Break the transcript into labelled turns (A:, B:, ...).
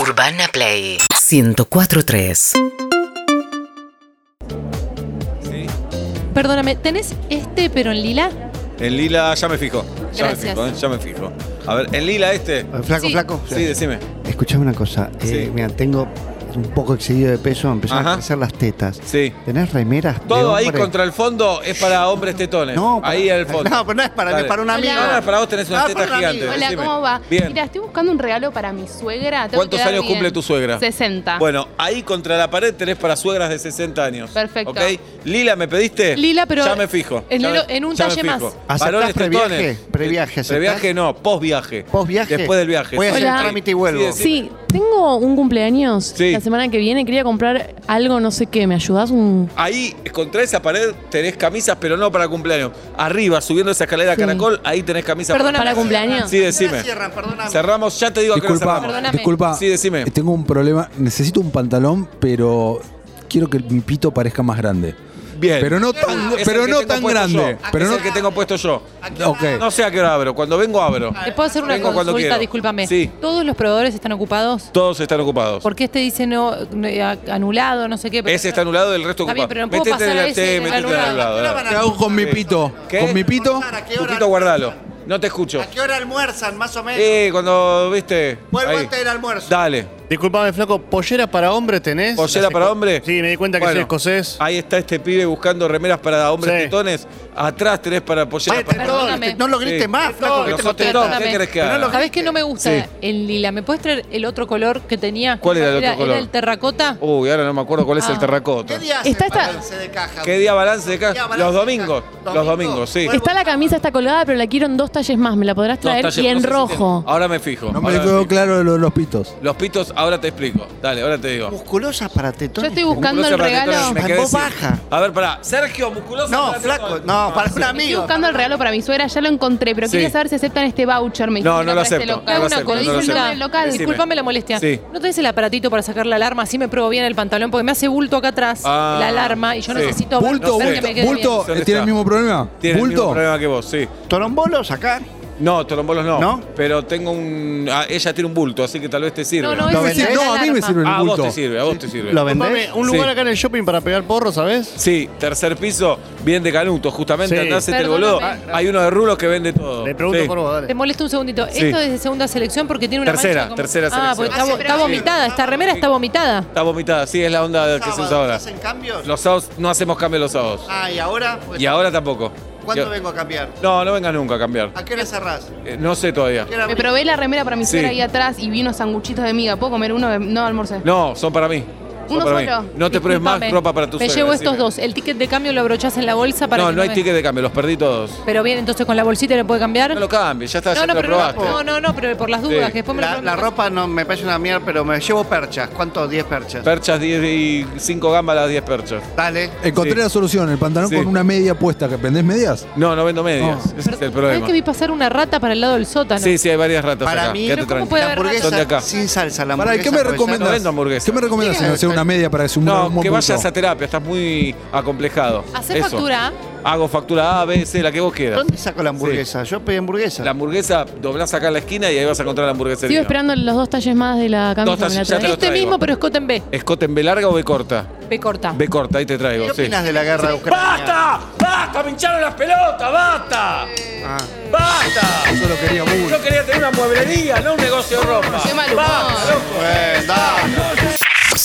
A: Urbana Play 1043.
B: Sí.
C: Perdóname, ¿tenés este pero en lila?
B: En lila, ya me fijo. Ya
C: Gracias.
B: me fijo, ¿eh? ya me fijo. A ver, en lila este.
D: Eh, Flaco,
C: Sí.
D: flaco.
B: Sí, decime.
D: Escuchame una cosa. Eh,
B: Sí.
D: Mira, tengo un poco excedido de peso, empezaron
B: Ajá.
D: a crecer las tetas.
B: Sí.
D: ¿Tenés remeras? de
B: Todo ahí
D: hombre?
B: contra el fondo es para hombres tetones.
D: No, para-
B: ahí al fondo.
D: No, pero no es para mí,
B: Dale.
D: es para un amigo.
B: No, no, para vos tenés una
D: No,
B: teta
D: para un amigo.
B: gigante.
C: Hola,
B: decime.
C: ¿cómo va?
B: Bien.
C: Mira, estoy buscando un regalo para mi suegra. Tengo que
B: ¿Cuántos
C: quedar
B: años
C: bien.
B: cumple tu suegra?
C: 60.
B: Bueno, ahí contra la pared tenés para suegras de 60 años.
C: Perfecto.
B: ¿Ok? Lila, ¿me pediste?
C: Lila, pero
B: Ya me fijo.
C: en
B: Ya
C: lilo-
B: me-
C: en un
B: ya me
C: talle
B: fijo.
C: más.
B: Varones
D: ¿Aceptás previaje?
B: tetones.
D: Previaje, ¿aceptás?
B: Previaje no, posviaje.
D: ¿Posviaje?
B: Después del viaje.
D: Voy a
B: Sí,
C: hacer el
B: ahí.
D: trámite y vuelvo.
B: decime.
C: Sí, tengo un cumpleaños
B: Sí.
C: la semana que viene. Quería comprar algo, no sé qué. ¿Me ayudás? Un...
B: Ahí, contra esa pared, tenés camisas, pero no para cumpleaños. Arriba, subiendo esa escalera
C: Sí.
B: caracol, ahí tenés camisas
C: Perdona, ¿para cumpleaños?
B: Sí, decime.
D: Cierran, perdóname.
B: Cerramos, ya te digo que
E: Disculpa,
B: cerramos.
C: Perdóname.
E: disculpa.
B: Sí, decime.
E: Eh, Tengo un problema. Necesito un pantalón, pero quiero que mi pito parezca más grande.
B: Bien.
E: Pero no tan,
B: Es el
E: pero
B: que
E: no
B: tengo
E: tan
B: puesto
E: grande.
B: yo.
E: Pero
B: es
E: no
B: el que tengo puesto yo.
E: Ok.
B: No sé a qué hora abro. Cuando vengo, abro.
F: ¿Te puedo hacer una
B: Vengo cuando
F: consulta?
B: quiero.
F: Discúlpame.
B: Sí.
F: ¿Todos los proveedores están ocupados?
B: Todos están ocupados.
F: ¿Por qué este dice no, no, eh, anulado, no sé qué? Pero-
B: Ese está anulado, el resto
F: Está
B: ocupado.
F: bien, pero no puedo
B: metete
F: pasar
B: en
F: a
B: el
F: ese,
B: té,
F: el
B: metete en
F: anulado.
B: el lado. dale.
E: ¿Qué hago con mi pito?
B: ¿Qué?
E: ¿Con mi pito?
D: ¿A qué hora,
B: Tuquito, guardalo. No te escucho.
D: ¿A qué hora almuerzan, más o menos?
B: Eh, cuando, viste.
D: Vuelvo
B: ahí.
D: antes del almuerzo.
B: Dale.
G: Disculpame, flaco, ¿pollera para hombre tenés?
B: ¿Pollera
G: Las
B: para
G: esco-
B: hombre?
G: Sí, me di cuenta que
B: Bueno,
G: soy escocés.
B: Ahí está este pibe buscando remeras para hombres
G: Sí.
B: tetones. Atrás tenés para pollera.
D: Che, tetón,
F: Perdóname.
D: te- no lo grites
B: Sí.
D: más, flaco, que
B: no
D: te
B: sos
D: conté.
B: tetón, ¿qué
F: Perdóname.
B: querés que
D: Pero no
B: haga?
D: lo-
F: ¿Sabés que no me gusta
B: Sí.
F: el lila? ¿Me puedes traer el otro color que tenía?
B: ¿Cuál era el otro color?
F: ¿Era el terracota?
B: Uy, ahora no me acuerdo cuál es el
F: Ah.
B: terracota.
D: ¿Qué día hace
C: Está esta-
D: balance de caja?
B: ¿Qué día balance de
D: ¿Qué
B: acá?
D: día balance
B: Los
D: de
B: domingos.
D: caja?
B: Los
D: Domingo.
B: domingos, sí.
D: Bueno,
C: Está la camisa, está colgada, pero la quiero en dos talles más. ¿Me la podrás
B: Dos
C: traer?
B: talles,
C: y en
B: no sé si
C: rojo.
B: te- ahora me fijo.
E: No me
B: ahora
E: quedó
B: fijo.
E: claro lo de los pitos.
B: Los pitos, ahora te explico. Dale, ahora te digo.
D: Musculosas para
C: Yo
D: tetones.
C: estoy buscando
B: Musculosa
C: el
B: para
C: regalo.
B: tetones, me quedé
D: Vos
B: sin-
D: baja.
B: A ver, pará. Sergio, musculoso.
D: No, flaco, no, para un
C: Estoy
D: amigo.
C: buscando el regalo para mi suegra, ya lo encontré, pero
B: Sí.
C: quería saber si aceptan este voucher. Me
B: No,
C: dijeron
B: no lo
C: para este
B: acepto,
C: local.
B: no lo
C: Una
B: acepto, no lo
C: condición
B: acepto.
C: del local.
B: Decime.
F: Disculpame la molestia.
B: Sí.
F: ¿No tenés el aparatito para sacar la alarma? Así me pruebo bien el pantalón, porque me hace bulto acá atrás
B: Ah,
F: la alarma y yo
B: sí.
F: necesito ver-
E: Bulto,
F: ver que
E: bulto,
F: me quede
E: bulto,
B: bien.
E: eh, ¿tiene el mismo problema?
B: Tiene el mismo
E: ¿Bulto?
B: problema que vos, sí.
D: ¿Torombolos acá?
B: No, trombolos no.
D: ¿No?
B: Pero tengo un. ah, ella tiene un bulto, así que tal vez te sirve.
F: No, no,
E: No,
F: ese
E: me
F: es el
E: sirve-
F: de la
E: no, a mí me
F: alarma.
E: sirve
B: Ah, a
E: el
B: vos
E: bulto.
B: te sirve, a vos te sirve.
D: ¿Lo
G: Disculpame,
D: vendés?
G: un
B: Sí.
G: lugar acá en el shopping para pegar porro, ¿sabés?
B: Sí, tercer piso, bien de Canuto, justamente
G: Sí.
B: andás este el boludo.
F: Ah,
C: Perdóname.
B: Hay uno de rulos que vende todo.
G: Le pregunto
B: Sí.
G: por vos, dale.
F: Te molesto un segundito.
B: Sí.
F: Esto es de segunda selección porque tiene una
B: Tercera,
F: mancha como-
B: tercera
F: Ah,
B: selección.
F: porque está,
D: Ah,
F: vo-
D: sí,
F: está
D: pero-
F: vomitada. Esta remera está vomitada.
B: Está vomitada, sí, es la onda que se usa ahora.
D: ¿Hacen cambios?
B: Los sábados no hacemos cambio los sábados.
D: Ah, ¿y ahora? Pues,
B: Y ahora tampoco.
D: ¿Cuándo
B: Yo-
D: vengo a cambiar?
B: No, no vengas nunca a cambiar.
F: Ah.
D: ¿A qué hora cerrás? ¿A
B: Eh, no sé todavía.
D: qué hora
C: Me
D: abrís?
C: probé la remera para mi
B: Sí.
C: suegra ahí atrás y vi unos sanguchitos de miga. ¿Puedo comer uno? No almorcé.
B: No, son para mí. Son
C: Uno
B: para mí.
C: solo.
B: No te pruebes más
F: Disculpame.
B: ropa para tu
F: Me
B: suegra,
F: llevo estos
B: decime.
F: dos. El ticket de cambio lo abrochás en la bolsa para
B: No,
F: que
B: no hay
F: me-
B: ticket de cambio, los perdí todos.
F: Pero bien, entonces con la bolsita le puede cambiar.
B: No lo cambies, ya está,
F: no,
B: ya
F: no,
B: te lo
F: pero
B: probaste.
F: no, no, no, pero por las dudas,
B: Sí.
F: que después me lo
D: La,
F: pruebo en
D: la
F: mi
D: ropa no me parece una mierda, pero me llevo perchas. ¿Cuántos? ¿10 perchas?
B: Perchas 10 y 5 gambas las 10 perchas.
D: Dale.
E: Encontré
B: Sí.
E: la solución, el pantalón
B: Sí.
E: con una media puesta. ¿Que ¿Vendés medias?
B: No, no vendo medias. Ese es el
F: casa. ¿Sabés
B: problema.
F: que vi pasar una rata para el lado del sótano?
B: Sí, sí, hay varias ratas
D: Para
B: acá.
D: mí-
B: Quédate
F: Ah, Pero
B: tranquilo.
F: ¿cómo puede
D: La
F: haber
D: hamburguesa
B: Son de acá.
D: sin salsa. La
E: Pará, ¿y
D: hamburguesa
E: ¿qué me
D: puede ser-
B: No vendo
E: recomendás?
B: hamburguesas.
E: ¿Qué me recomendás en hacer una media para que se hunda un
B: No,
E: buen
B: que
E: punto?
B: vayas a terapia, estás muy acomplejado.
F: ¿Hacés
B: Eso.
F: factura A?
B: Hago factura A, B, C, la que vos quieras.
D: ¿Dónde saco la hamburguesa? Yo pedí hamburguesa.
B: La hamburguesa doblás acá en la esquina y ahí vas a encontrar la hamburguesería.
C: Sigo esperando los dos talles más de la camisa.
B: Dos talles,
C: me la
B: ya te
C: traes.
B: lo
F: Este
B: traigo.
F: mismo, pero escote en B.
B: ¿Escote en B larga o B corta?
F: B corta.
B: B corta, ahí te traigo.
D: ¿Qué
B: sí.
D: opinas de la guerra de Ucrania?
B: ¡Basta! ¡Basta! ¡Me hincharon las pelotas! ¡Basta!
D: Ah.
B: ¡Basta!
E: Yo lo quería mucho.
B: Yo quería tener una mueblería, no un negocio de ropa.
C: Qué mal humor.
B: ¡Basta, loco!